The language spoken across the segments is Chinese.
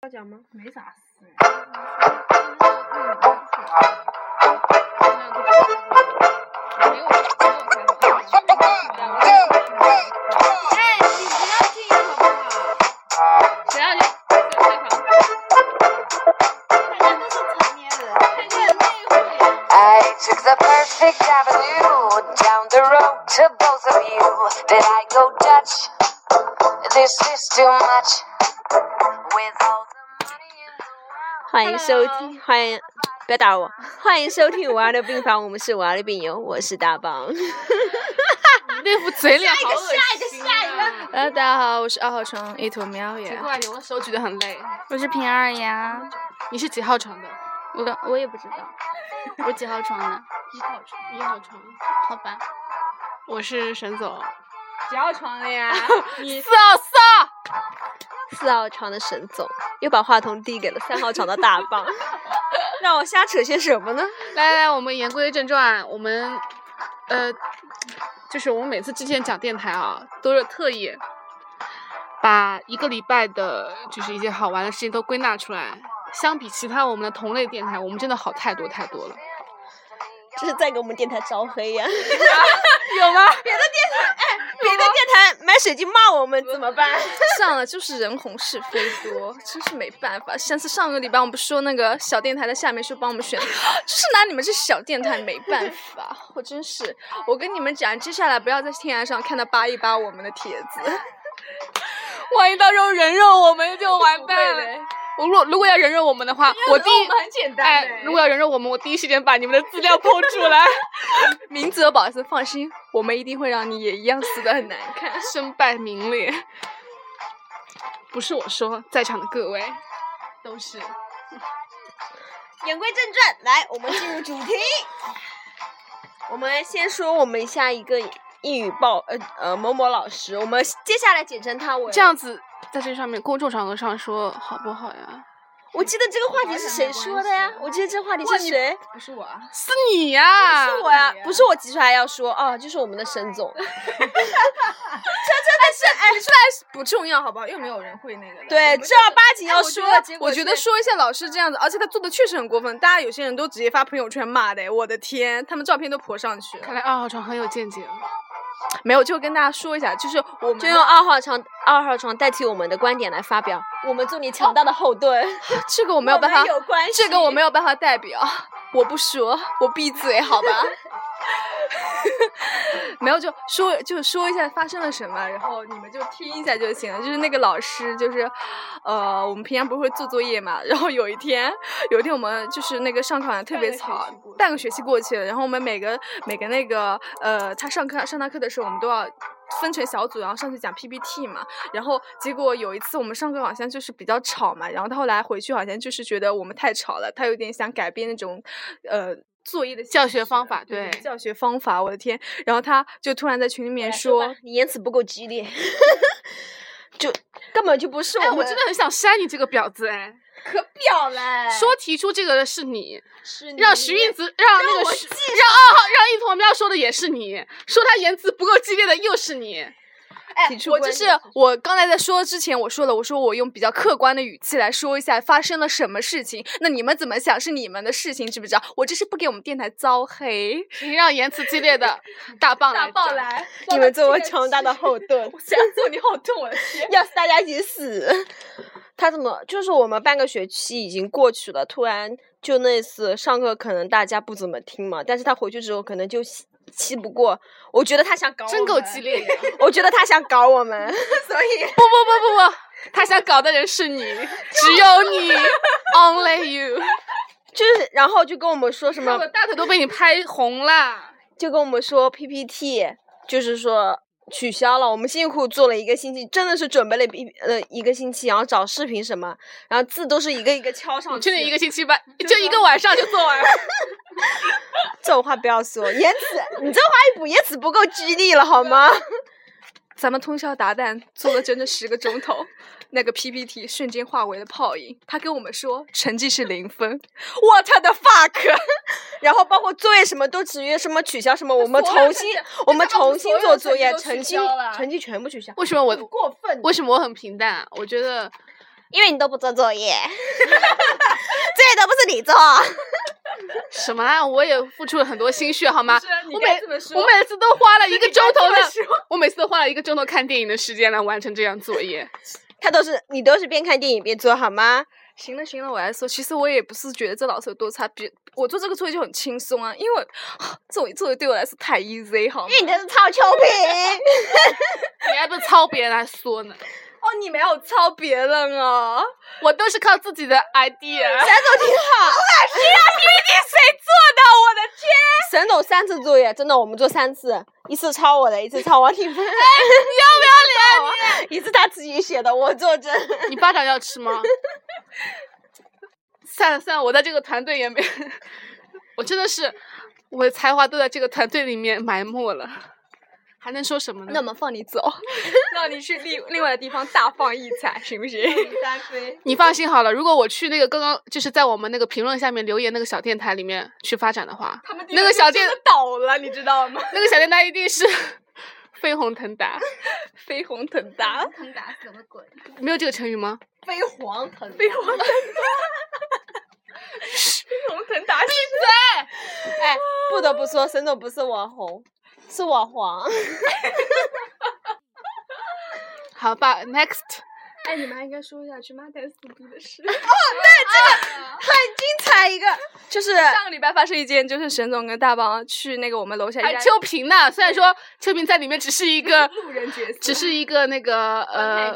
要讲吗？没啥事哎。哎，你不要进好不好？谁让你开房？大家都是成年人，看见内会。 I took the perfect avenue down the road to both of you. Did I go Dutch? This is too much. With all the money in the world. 欢迎收 Hello 听，欢迎不要打我，欢迎收听五二六病房，我们是五二六病友，我是大棒。你那副嘴脸好恶心、啊。呃，大家好，我是二号床一坨喵奇呀，怪，你我手举得很累。我是平二呀，你是几号床的？我刚我也不知道，我几号 床的？一号床。一号床。好吧，我是沈总。几号床了 呀？你四号四号。四号床的沈总又把话筒递给了三号床的大棒，让我瞎扯些什么呢？来来，我们言归正传，我们呃，就是我们每次之前讲电台啊，都是特意把一个礼拜的，就是一些好玩的事情都归纳出来。相比其他我们的同类电台，我们真的好太多太多了。这是在给我们电台招黑呀、有吗？别的电台买水晶骂我们怎么办？算了，就是人红是非多，真是没办法。上次上个礼拜我们不是说那个小电台在下面说帮我们选， 就是拿你们这小电台没办法，我真是，我跟你们讲，接下来不要在天涯上看到扒一扒我们的帖子，万一到时候人肉我们就完蛋不会了。我如果如果要人肉我们的话，我第我一们很简单哎，如果要人肉我们，我第一时间把你们的资料剖出来。明哲保身，放心，我们一定会让你也一样死的很难看。身败名裂。不是我说，在场的各位都是。言归正传，来，我们进入主题。我们先说我们下一个英语报呃呃某某老师，我们接下来简称他为这样子在这上面公众场合上说好不好呀？我记得这个话题是谁说的呀？我记得这个话题哇是你谁？不是我啊，是你呀、是我呀，不是我提出来要说啊，就是我们的沈总。这真的是哎，不重要，好不好？又没有人会那个的。对，我们正儿八经要我说觉，得结，果我觉得是说一下老师这样子，而且他做的确实很过分。大家有些人都直接发朋友圈骂的，我的天，他们照片都泼上去了。看来二号床很有见解。没有，就跟大家说一下，就是我们就用二号床二号床代替我们的观点来发表，我们做你强大的后盾。这个我没有办我法们有关系，这个我没有办法代表，我不说，我闭嘴，好吧？ 没有，就说就说一下发生了什么，然后你们就听一下就行了。就是那个老师，就是，呃，我们平常不是会做作业嘛，然后有一天，有一天我们就是那个上课好像特别吵，半个学期过去了，然后我们每个每个那个呃，他上课上他课的时候，我们都要分成小组，然后上去讲 PPT 嘛。然后结果有一次我们上课好像就是比较吵嘛，然后他后来回去好像就是觉得我们太吵了，他有点想改变那种呃作业的教形学式方法对教学方法，我的天！然后他就突然在群里面哎说，吧你言辞不够激烈， 就根本就不是哎，我我们真的很想删你这个婊子哎！可表嘞。说提出这个的是哎你，是让你徐运子让那个徐让二号让一坨喵说的也是你，说他言辞不够激烈的又是 你。哎，我就是我刚才在说之前我说了，我说我用比较客观的语气来说一下发生了什么事情，那你们怎么想是你们的事情，知不知道？我这是不给我们电台招黑。哎你让言辞激烈的大棒来讲，来，你们作为强大的后盾，我想做你好痛， 我的天！要是大家一起死， 他怎么就是我们半个学期已经过去了，突然就那次上课可能大家不怎么听嘛，但是他回去之后可能就气气不过，我觉得他想搞我真够们激，烈呀！我觉得他想搞 我们，所以不不不不不，他想搞的人是 你，只有你，only you。就是然后就跟我们说什么我，大腿都被你拍红了。就跟我们说 PPT，就是说取消了。我们辛苦做了一个星期，真的是准备了 P 呃一个星期，然后找视频什么，然后字都是一个一个敲上你去。确定一个星期吧，就一个晚上就做 完了。这种话不要说，言辞，你这话一补，言辞不够激励了好 吗？咱们通宵达旦做了整整十个钟头，那个 PPT 瞬间化为了泡影。他跟我们说成绩是零分，我他的 fuck！然 后包括作业什么都只约什 么取消什么，我们所有重成新绩 我们就把我重们新所有做的作成绩业，都成取绩消了成绩全部取消。为什么我过分。啊为什么我很平淡？我觉得因为你都不做 作业，这都不是你做。什么啊？我也付出了很多心血，好吗？你我该每这么说我每次都花了一个钟 头该这么的，我每次都花了一个钟头看电影的时间来完成这样作业。他都是你都是边看电影边做好吗？行了行了，我来说，其实我也不是觉得这老师有多差，比我做这个作业就很轻松啊，因为我这种作业对我来说太 easy 好吗因？为你这是超秋萍， 你还不抄别人来说呢？哦，你没有抄别人啊？我都是靠自己的 idea。沈 总挺好，沈总三次作业，真的我们做三次，一次抄我的，一次抄王 婷芬。哎你要不要 脸？一次他自己写的，我作证。你巴掌要吃吗？算了算了，我在这个团队也 没，我真的是，我的才华都在这个团队里面埋没了，还能说什么呢？那我们放你 走，让你去另另外的地方大放异彩，行不 行？你放心好了，如果我去那个刚刚就是在我们那个评论下面留言那个小电台里面去发展的话，他们那个小店真的倒了，你知道吗？那个小电台一定是 飞黄腾达， 飞黄腾达， 腾达什么鬼？没有这个成语吗？飞黄腾飞黄腾达， 飞黄腾达是哎，不得不说，沈总不是网红，是网黄。好吧，next， 哎，你们还应该说一下去妈蛋撕逼的 事。精彩一个，就是上个礼拜发生一件，就是沈总跟大王去那个我们楼下一哎，家秋萍呢？虽然说秋萍在里面只是 一个路人角色，只是一个那个呃，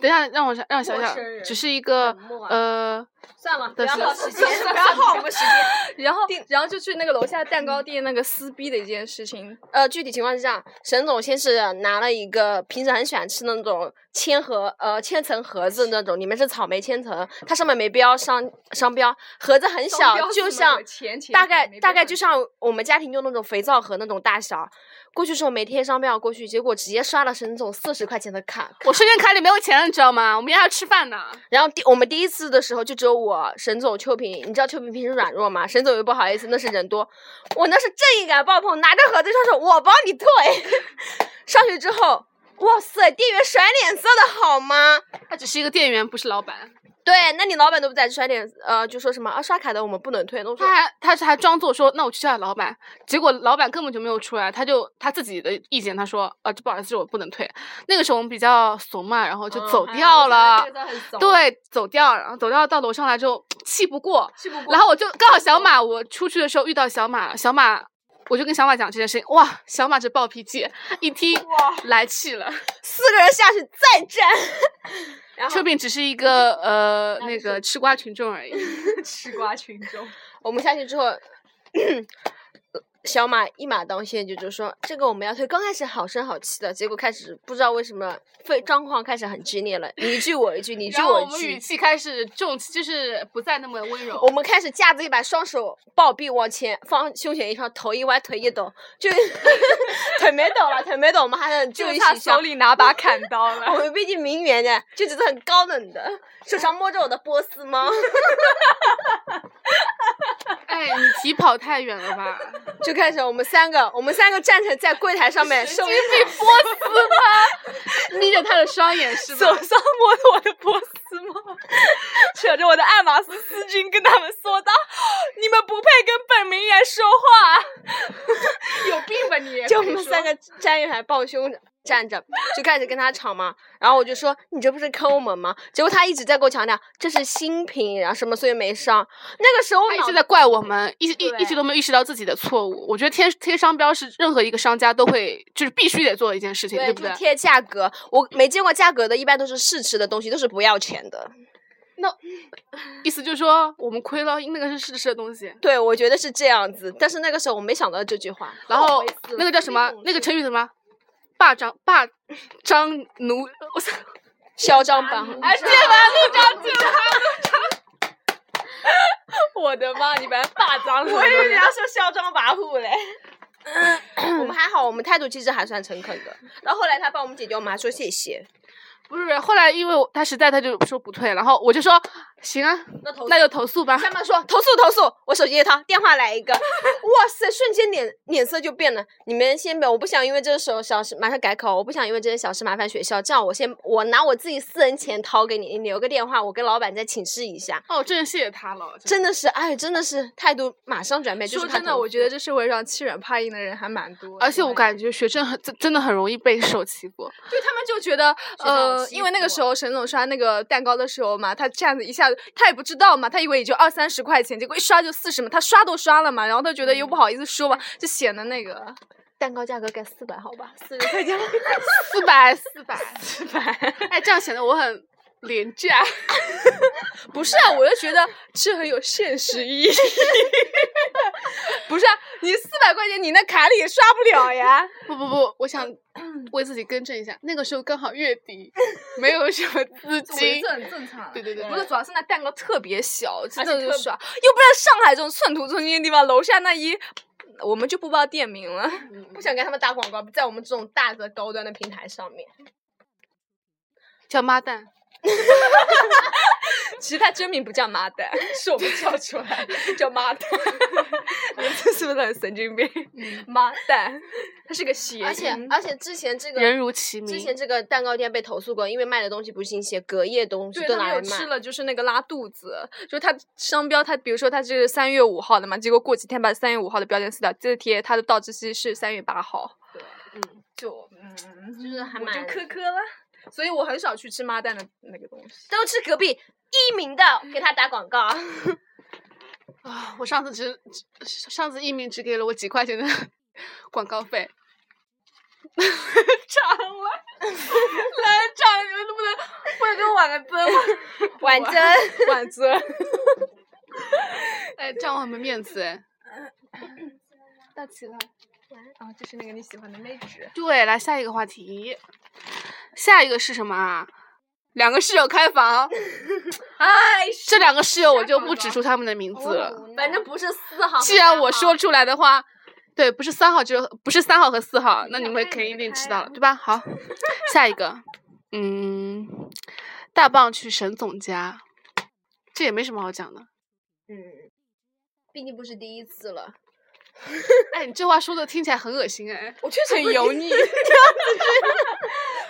等一下让我想让我想想，只是一个呃，算了，不要 耗时 间，不要耗我们时间。然后然后就去那个楼下蛋糕店那个撕逼的一件事情， 呃，具体情况是这样，沈总先是拿了一个平时很喜欢吃那种千盒呃千层盒子那种，里面是草莓千层，它上面没标商商标，盒子很商小标，就是那像个钱钱大钱概没大标概就准像我们家庭用那种肥皂盒那种大小。过去时候没贴商标过去，结果直接刷了沈总四十块钱的卡。我瞬间卡里没有钱了，你知道吗？我明天还要吃饭呢。然后第我们第一次的时候就只有我、沈总、秋萍，你知道秋萍平时软弱吗？沈总又不好意思，那是人多，我那是正义感爆棚，拿着盒子上手，我帮你退。 上去之后，哇塞，店员甩脸色的好吗？他只是一个店员，不是老板。对，那你老板都不在，甩脸呃就说什么啊刷卡的我们不能退，都说他还他是还装作说，那我去叫老板，结果老板根本就没有出来，他就他自己的意见，他说，啊，这不好意思，我不能退。那个时候我们比较怂嘛，然后就走掉了，对，走掉，然后走掉到楼上来之后，气不过，气不过然后我就刚好小马，我出去的时候遇到小马，小马。我就跟小马讲这件事情，哇，小马这暴脾气，一听来气了。四个人下去再战。然后秋饼只是一个呃那个吃瓜群众而 已。吃瓜群众，我们下去之后。小马一马当先，就就说这个我们要退。刚开始好声好气的，结果开始不知道为什么，非状况开始很激烈了，你一句我一句，你一句然后我一们语句。气开始重，就是不再那么温柔。我们开始架着一把双手抱臂往前，放胸前一翘，头一歪，腿一抖，就 腿没抖了，腿没抖，我们还能就就一他起笑手。里拿把砍刀我了。们毕竟名媛呢，就只是很高冷的，手上摸着我的波斯猫， 哎，你题跑太远了 吧？就开始我们三个，我们三个站着在柜台上面，手被波斯吗？眯着他的双眼是吗？上摸着我的波斯猫， 扯着我的爱马仕丝巾，跟他们说道：“你们不配跟本名媛说话，有病吧 你！”就我们三个站一排抱胸站着，就开始跟他吵嘛。然后我就说你这不是坑我们吗？结果他一直在给我强调这是新品，啊然后什么所以没上。那个时候我他一脑直在怪我们，一一对一直都没有意识到自己的错误。我觉得贴贴商标是任何一个商家都会，就是必须得做的一件事情，对不就对是？贴价格，我没见过价格的，一般都是试吃的东西，都是不要钱的。意思就是说我们亏了，因为那个是事实的东西。对，我觉得是这样子，但是那个时候我没想到这句话。然后那个叫什么？那个成语怎么？霸张霸张奴， 我操！嚣张跋扈，哎，剑拔弩张，剑拔 弩张！我的妈！你们霸张什么东西？说嚣张跋扈 嘞。我们还好，我们态度其实还算诚恳的。然后后来他帮我们解决，我们还说谢谢。不是不是，后来因为我他实在他就说不退，然后我就说行啊，那投那就投诉吧。干妈说投诉投诉，我手机一掏，电话来一个， 哇塞，瞬间脸脸色就变了。你们先不要，我不想因为这个时候小事马上改口，我不想因为这些小事麻烦学校。这样我先我拿我自己私人钱掏给你，你留个电话，我跟老板再请示一下。哦，真是谢谢他了，真的是，哎，真的是态度马上转变。就是说怕真的，投我诉觉得这社会上欺软怕硬的人还蛮多的。而且我感觉学生很真真的很容易备受欺负。对他们就觉得，校有呃，欺因为那个负时候沈总刷那个蛋糕的时候嘛，他这样子一下子，他也不知道嘛，他以为也就二三十块钱，结果一刷就四十嘛，他刷都刷了嘛，然后他觉得又不好意思说嘛，就显得那个。蛋糕价格改四百，好吧，四十块钱。四百，四百，四百。哎，这样显得我很廉价。 不是啊，我就觉得这很有现实意义。不是啊，你四百块钱你那卡里也刷不了呀。不不不，我想为自己更正一下，那个时候刚好月底，没有什么资我觉得金这。很正常。啊对对对不是，主要是那蛋糕特别小，真且的就特刷，又不是上海这种寸土寸金的地方，楼下那一，我们就不报店名了。不想给他们打广告，在我们这种大的高端的平台上面，叫妈蛋，其实他真名不叫麻蛋， 是我们叫出来的，叫麻 蛋。名字是不是很神经病？麻蛋，它是个谐音。而且而且之前这个人如其之名。前这个蛋糕店被投诉过，因为卖的东西不新鲜，隔夜东西对，都他拿没来有卖。吃了，就是那个拉肚子，就是他商标，他比如说他是三月五号的嘛，结果过几天把三月五号的标签撕掉，这贴他的到期期是三月八号。嗯，就嗯，就是还我就蛮苛刻了。所以我很少去吃妈蛋的那个东 西。都吃隔壁一鸣的，给他打广 告。啊，我上次只只上次一鸣只给了我几块钱的 广告费，涨了，来涨，你们能不能不能给我挽个尊吗？婉哇珍，挽尊。哎，这样我很没面子哎。 到齐了。啊，这是那个你喜欢的妹纸。对，来下一个话题，下一个是什么啊？两个室友开房， 哎， 这两个室友我就不指出他们的名哦字了。反正不是四号。既然我说，出来的话，对，不是三号就是不是三号和四号，那你们肯定知道了，对吧？好，下一个，嗯，大棒去沈总家，这也没什么好讲的。嗯，毕竟不是第一次了。哎，你这话说的听起来很恶心哎。我确实很油腻，这样子真的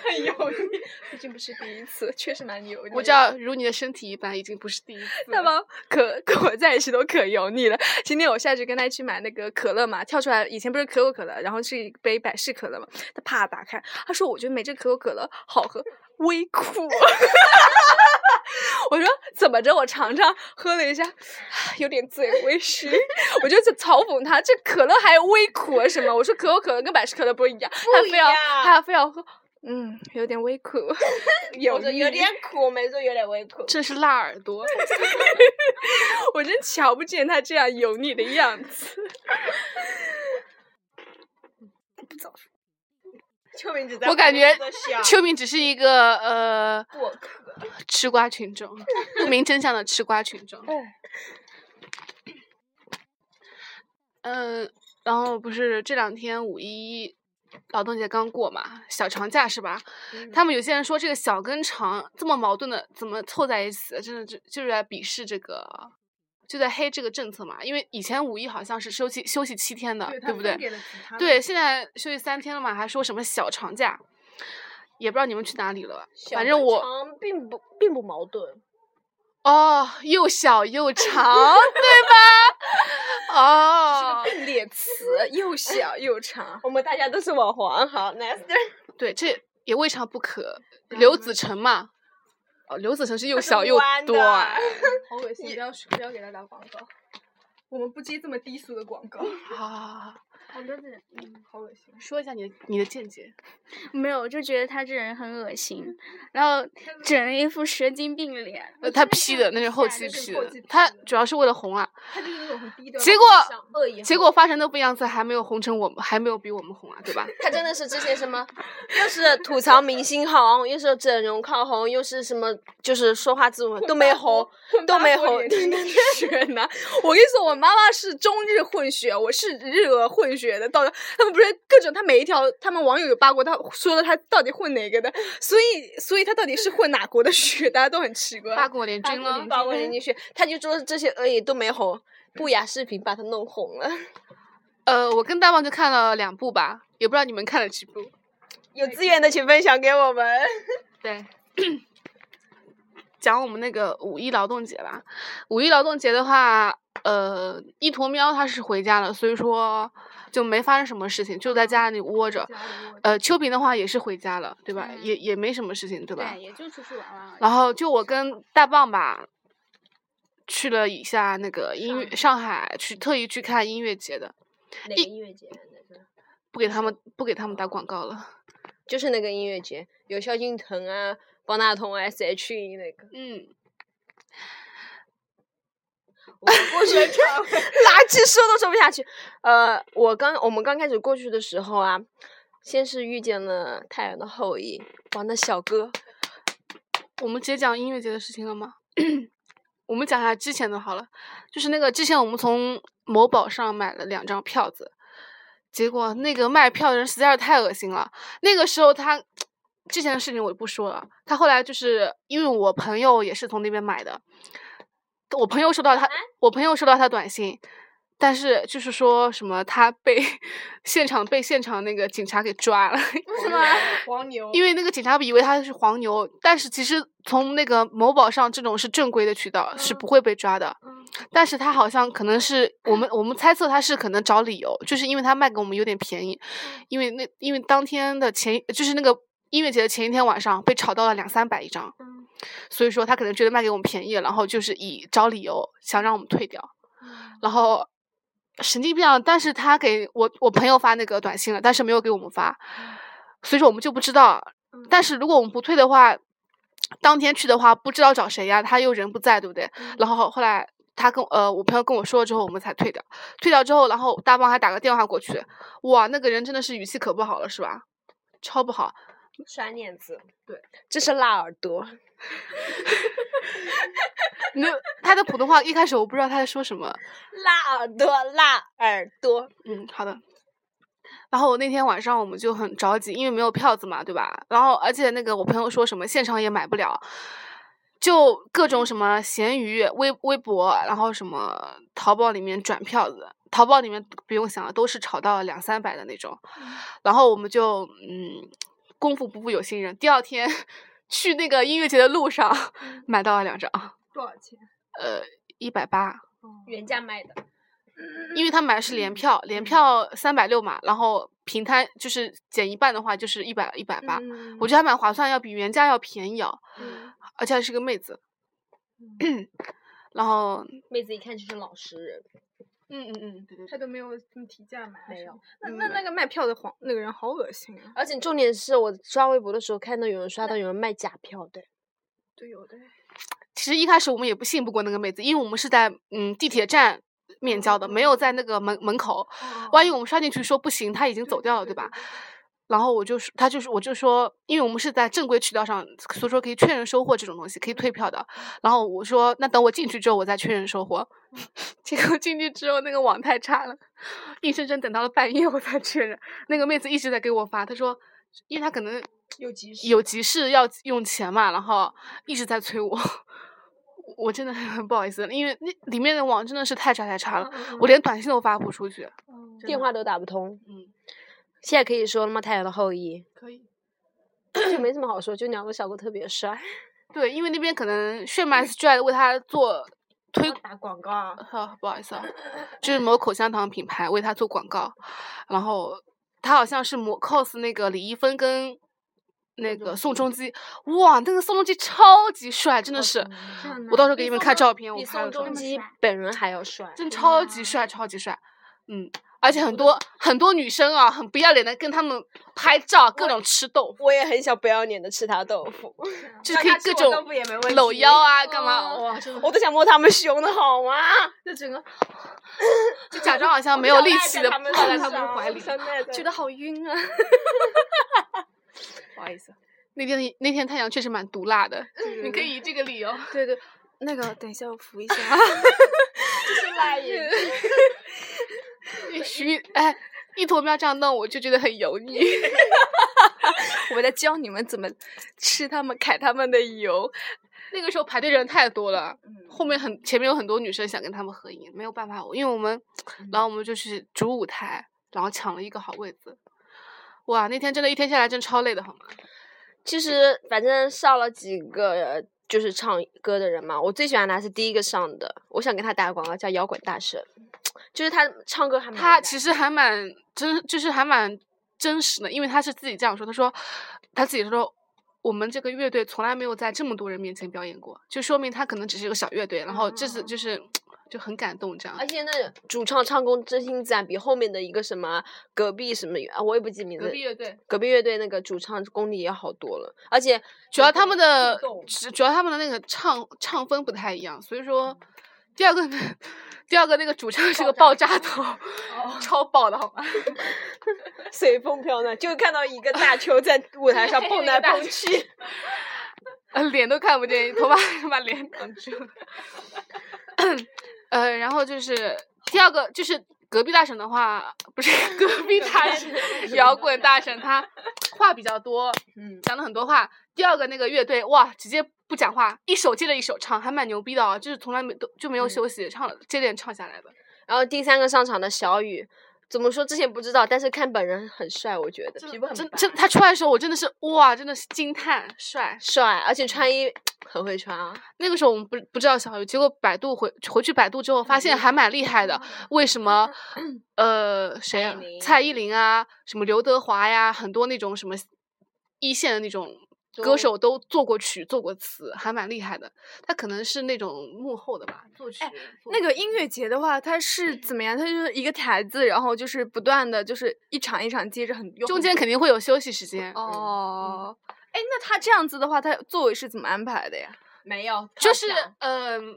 很油腻。 毕竟不是第一次，确实蛮油腻的。我知道，如你的身体一般，已经不是第一次 那了。么可跟我在一起都可油腻了。今天我下去跟他去买那个可乐嘛，跳出来以前不是可口可乐，然后是一杯百事可乐嘛，他啪打开，他说我觉得没这可口可乐好喝，微苦。 我说怎么着，我尝尝，喝了一下，有点醉，微醺。我就嘲讽他，这可乐还微苦啊什么？我说可口可乐跟百事可乐不一样，他非要他非要喝，嗯，有点微苦， 我说有点苦，我没说有点微苦。这是辣耳 朵，我真瞧不见他这样油腻的样子。秋明只在我感觉秋明只是一个呃过客。吃瓜群众， 不明真相的吃瓜群众。嗯，然后不是这两天五一劳动节刚过嘛，小长假是吧？嗯嗯他们有些人说这个小跟长这么矛盾的怎么凑在一起，啊真的就就是在鄙视这个。就在黑这个政策嘛，因为以前五一好像是休息休息七天的，对不对？对，现在休息三天了嘛，还说什么小长假，也不知道你们去哪里了。反正我并不并不矛盾，哦，又小又长，对吧？哦，并列词，又小又长。我们大家都是网黄。好，nice。对，这也未尝不可。刘子成嘛，哦，刘子成是又嗯是小又弯的短，好恶心！不要不要给他打广告，我们不接这么低俗的广 告。啊，我觉得好恶心！说一下你的你的见解。没有，我就觉得他这人很恶心，然后整了一副蛇精病脸。呃，他 P 的那是后下期那是 P 后的期，他 P 的主要是为了红啊。他就是那种很低端结果恶意。结果发成那副样子，还没有红成我们，还没有比我们红啊， 对吧？他真的是之前什 么，又是吐槽明星红，又是整容靠红，又是什么，就是说话自我都没 红，都 没红。混血呢！我跟你说，我妈妈是中日混血，我是日俄混学的，到他们不是各种，他每一条，他们网友有扒过，他说了他到底混哪个的，所以所以他到底是混哪国的血，大家都很奇怪。八国联军了，把我领进 去，他就说这些而已都没红，不雅视频把他弄红了， 呃，我跟大棒就看了两部吧，也不知道你们看了几部。有资源的请分享给我们。 对，讲我们那个五一劳动节吧。五一劳动节的话，呃，一坨喵它是回家了，所以说就没发生什么事情，就在家里窝着。呃，秋萍的话也是回家了，对吧？嗯也也没什么事情，对吧？也就出去玩玩而已。然后就我跟大棒吧，去了一下那个音乐上海，去特意去看音乐节的，哪个音乐节？不给他们不给他们打广告了。就是那个音乐节，有萧敬腾啊、方大同、S.H.E 那个。嗯，我过去 垃圾说都说不下去。呃，我刚我们刚开始过去的时候啊，先是遇见了《太阳的后裔》，哇，那小哥我们直接讲音乐节的事情了吗？ 我们讲一下之前的好了，就是那个之前我们从某宝上买了两张票子，结果那个卖票的人实在是太恶心了。那个时候他之前的事情我就不说了，他后来就是因为我朋友也是从那边买的，我朋友收到他，我朋友收到他短信，但是就是说什么他被 现场被现场那个警察给抓了，为什么黄牛因为那个警察以为他是黄牛，但是其实从那个某宝上这种是正规的渠道，是不会被抓的。但是他好像可能是我们我们猜测他是可能找理由，就是因为他卖给我们有点便宜，因为那因为当天的前一就是那个音乐节的前一天晚上被炒到了两三百一张，所以说他可能觉得卖给我们便宜了，然后就是以找理由想让我们退掉，然后。神经病啊！但是他给我我朋友发那个短信了，但是没有给我们发，所以说我们就不知道。但是如果我们不退的话，当天去的话不知道找谁呀，他又人不在，对不对？然后后来他跟呃我朋友跟我说了之后，我们才退掉。退掉之后，然后大棒还打个电话过去，哇，那个人真的是语气可不好了，是吧？超不好，甩脸子，对，这是辣耳朵，没有他的普通话一开始我不知道他在说什么，辣耳朵，辣耳朵，嗯，好的。然后我那天晚上我们就很着急，因为没有票子嘛，对吧？然后而且那个我朋友说什么现场也买不了，就各种什么闲鱼、微微博，然后什么淘宝里面转票子，淘宝里面不用想了，都是炒到两三百的那种。然后我们就嗯，功夫不负有心人，第二天 去那个音乐节的路上买到了两张，多少钱？呃，一百八。原价卖的，因为他买的是联票，联票三百六嘛，然后平摊就是减一半的话就是一百一百嗯八，我觉得还蛮划算，要比原价要便宜哦，而且还是个妹子， 然后妹子一看就是老实人，嗯嗯嗯，对对对，他都没有什么提价买，没有。那那那个卖票的黄那个人好恶心啊！而且重点是我刷微博的时候看到有人刷到有人卖假票的，对，有的。其实一开始我们也不信不过那个妹子，因为我们是在嗯地铁站面交的，没有在那个门门口，万一我们刷进去说不行，他已经走掉了，哦对吧？然后我就是，他就是，我就说，因为我们是在正规渠道上，所以说可以确认收货这种东西，可以退票的。然后我说，那等我进去之后，我再确认收货。 结果进去之后，那个网太差了，硬生生等到了半夜我才确认。那个妹子一直在给我发，她说，因为她可能有急事有急事要用钱嘛，然后一直在催我。我真的很不好意思，因为那里面的网真的是太差太差了，我连短信都发不出去。电话都打不通。嗯，现在可以说了吗？《太阳的后裔可以。》 就没什么好说，就两个小哥特别帅，对，因为那边可能血脉 Stride 为他做推打广告啊。啊，不好意思啊，就是某口香糖品牌为他做广告，然后他好像是模 cos 那个李易峰跟那个宋仲基，哇，那个宋仲基超级帅，真的是，我到时候给你们看照片，我比拍宋了照仲片，基本人还要帅。真超级帅，超级帅，嗯。而且很多很多女生啊，很不要脸的跟他们拍照，各种吃豆腐，我也很想不要脸的吃他豆腐，就是可以各种不也没问搂题腰啊，干嘛？哇，真的我都想摸他们胸的好吗？就整个就假装好 像没有力气的我泡不想在赖在他他们们怀里。身 上觉得好 晕啊！不好意思，那天的那天太阳确实蛮毒辣的，你可以以这个理由。对对，那个等一下我扶一下。啊 因为徐哎，一坨喵这样弄，我就觉得很油腻。我在教你们怎么吃他们揩他们的油。那个时候排队人太多了，后面很前面有很多女生想跟他们合影，没有办法，因为我们，然后我们就是主舞台，然后抢了一个好位子。哇，那天真的一天下来真超累的，好吗？其实反正上了几个就是唱歌的人嘛，我最喜欢的还是第一个上的，我想给他打个广告，叫摇滚大神，就是他唱歌还蛮他其实还蛮真，就是还蛮真实的，因为他是自己这样说，他说他自己说。我们这个乐队从来没有在这么多人面前表演过，就说明他可能只是一个小乐队，然后这次就是就很感动这样。而且那主唱唱功真心赞，比后面的一个什么隔壁什么啊，我也不记名字。隔壁乐队，隔壁乐队那个主唱功力也好多了，而且主要他们的主主要他们的那个唱唱风不太一样，所以说第二个呢， 第二个那个主唱是个嗯爆炸头，哦 超爆的好吗？随风飘呢，就看到一个大球在舞台上蹦 来蹦去，呃，脸都看不见，头发把脸挡住了。 呃，然后就是第二个，就是隔壁大婶的话，不是隔壁大婶， 摇滚大婶，她话比较多，嗯讲了很多话。第二个那个乐队，哇，直接不讲话，一首接着一首唱，还蛮牛逼的啊、就是从来没都就没有休息，唱了接连唱下来的，然后第三个上场的小雨，怎么说之前不知道，但是看本人很帅，我觉得皮肤很真白真他出来的时候，我真的是哇，真的是惊叹帅。帅，而且穿衣很会穿啊。那个时候我们不不知道小雨，结果百度回回去百度之后，发现还蛮厉害的。嗯为什么？呃，谁啊？蔡依林啊，什么刘德华呀，很多那种什么一线的那种歌都手都做过曲、做过词，还蛮厉害的。他可能是那种幕后的吧，作曲。作哎那个音乐节的话，它是怎么样？它就是一个台子，然后就是不断的就是一场一场接着很有中很间肯定会有休息时间，哦。哎，那他这样子的话，他座位是怎么安排的呀？没有，就是嗯、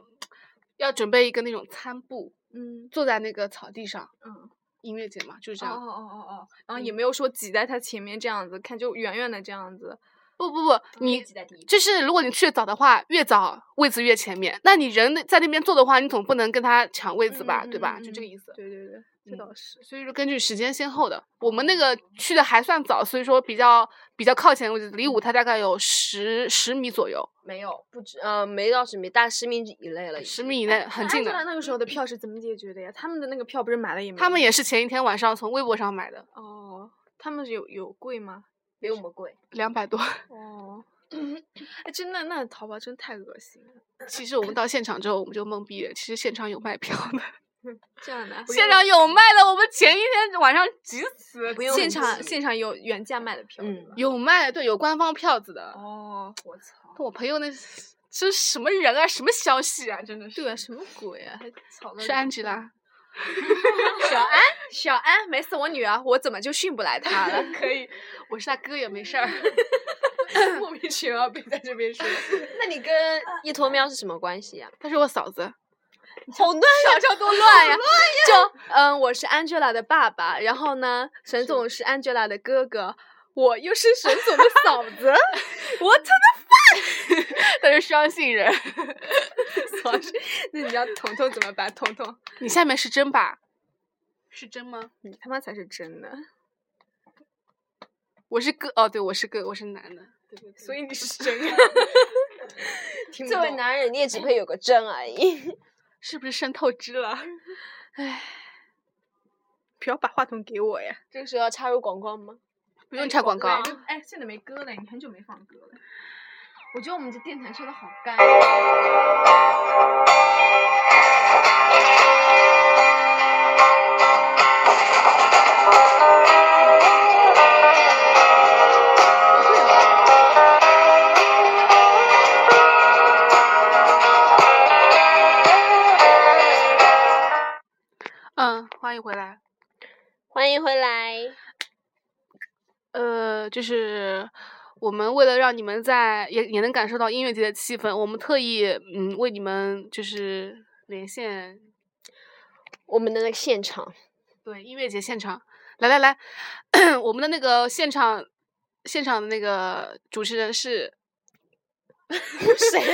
要准备一个那种餐布，嗯，坐在那个草地上。嗯，音乐节嘛，就是这哦样。哦哦哦，然后也没有说挤在他前面这样子看，就远远的这样子。不不不，你就是如果你去得早的话，越早位子越前面。那你人在那边坐的话，你总不能跟他抢位子吧，对吧？就这个意思。对对嗯对，这倒是。所以说根据时间先后的，我们那个去的还算早，所以说比较比较靠前的位置，离舞台大概有十十米左右，没有，不止，呃，没到十米，大概十米以内了已经。十米以内很近那的。那个时候的票是怎么解决的呀？他们的那个票不是买了也没有？他们也是前一天晚上从微博上买的，哦，他们有有贵吗？比我们贵。两百多。哦，哎，真的，那淘宝真太恶心了，其实我们到现场之后，我们就懵逼了。其实现场有卖票的，这样的。现场有卖的，我们前一天晚上急死了，现场现场有原价卖的票，对嗯吧？有卖，对，有官方票子的。哦，我操！我朋友那是这是什么人啊？什么消息啊？真的是。对啊，什么鬼啊？还 吵到是这安吉拉，小安，小安，没事，我女儿，我怎么就训不来她了？ 可以，我是他哥也没事儿。莫名其妙被在这 边说，那你跟一坨喵是什么关系啊呀、他是我嫂 子，好乱呀！上多乱呀！就嗯，我是 Angela 的爸爸，然后呢，沈总是 Angela 的哥哥，我又是沈总的嫂子， 我操！他是双性人。那你要彤彤怎么办？彤彤， 你下面是真吧？是真吗？你他妈才是真的，我是哥，哦，对，我是哥，我是男的。所以你是真 的。听不作为懂男人，你也只配有个真而已。是不是渗透支了？不要把话筒给我呀！ 这个时候要插入广告吗？不用插广告。哎，现在没歌了，你很久没放歌了。我觉得我们这电台真的好干。嗯，欢迎回来。欢迎回来。呃，就是我们为了让你们在也也能感受到音乐节的气氛，我们特意嗯为你们就是连线我们的那个现场，对，音乐节现场，来来来， 我们的那个现场，现场的那个主持人是 谁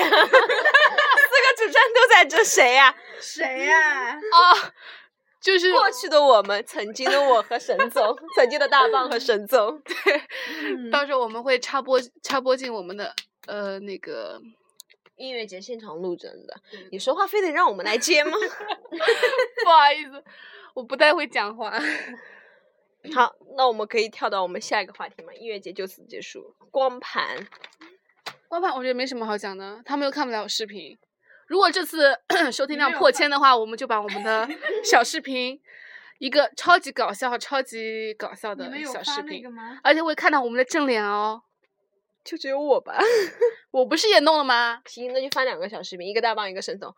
啊呀、啊四个主持人都在这，谁呀、哦谁呀、啊，就是过去的我们，曾经的我和沈 总，曾经的大棒和沈总，到时候我们会插播插播进我们的呃那个 音乐节现场录真的。你说话非得让我们来接 吗？不好意思，我不太会讲话。 好，那我们可以跳到我们下一个话题嘛？音乐节就此结束。光盘，光盘我觉得没什么好讲的，他们又看不了视频。如果这次 收听量破千的话，我们就把我们的小视频，一个超级搞笑、超级搞笑的小视频，吗？而且会看到我们的正脸哦。就只有我吧。 我不是也弄了吗？行，那就发两个小视频，一个大棒，一个沈总。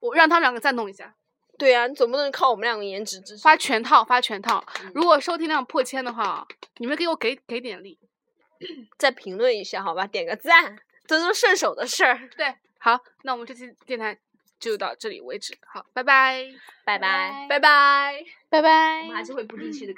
我让他们两个再弄一下，对呀、你总不能靠我们两个颜值支持。发全套，发全套。如果收听量破千的话，你们给我给给点力。再评论一下，好吧，点个赞，这都是顺手的事儿。对，好，那我们这期电台就到这里为止，好，拜拜。拜拜。拜拜。拜拜。还是会不定期的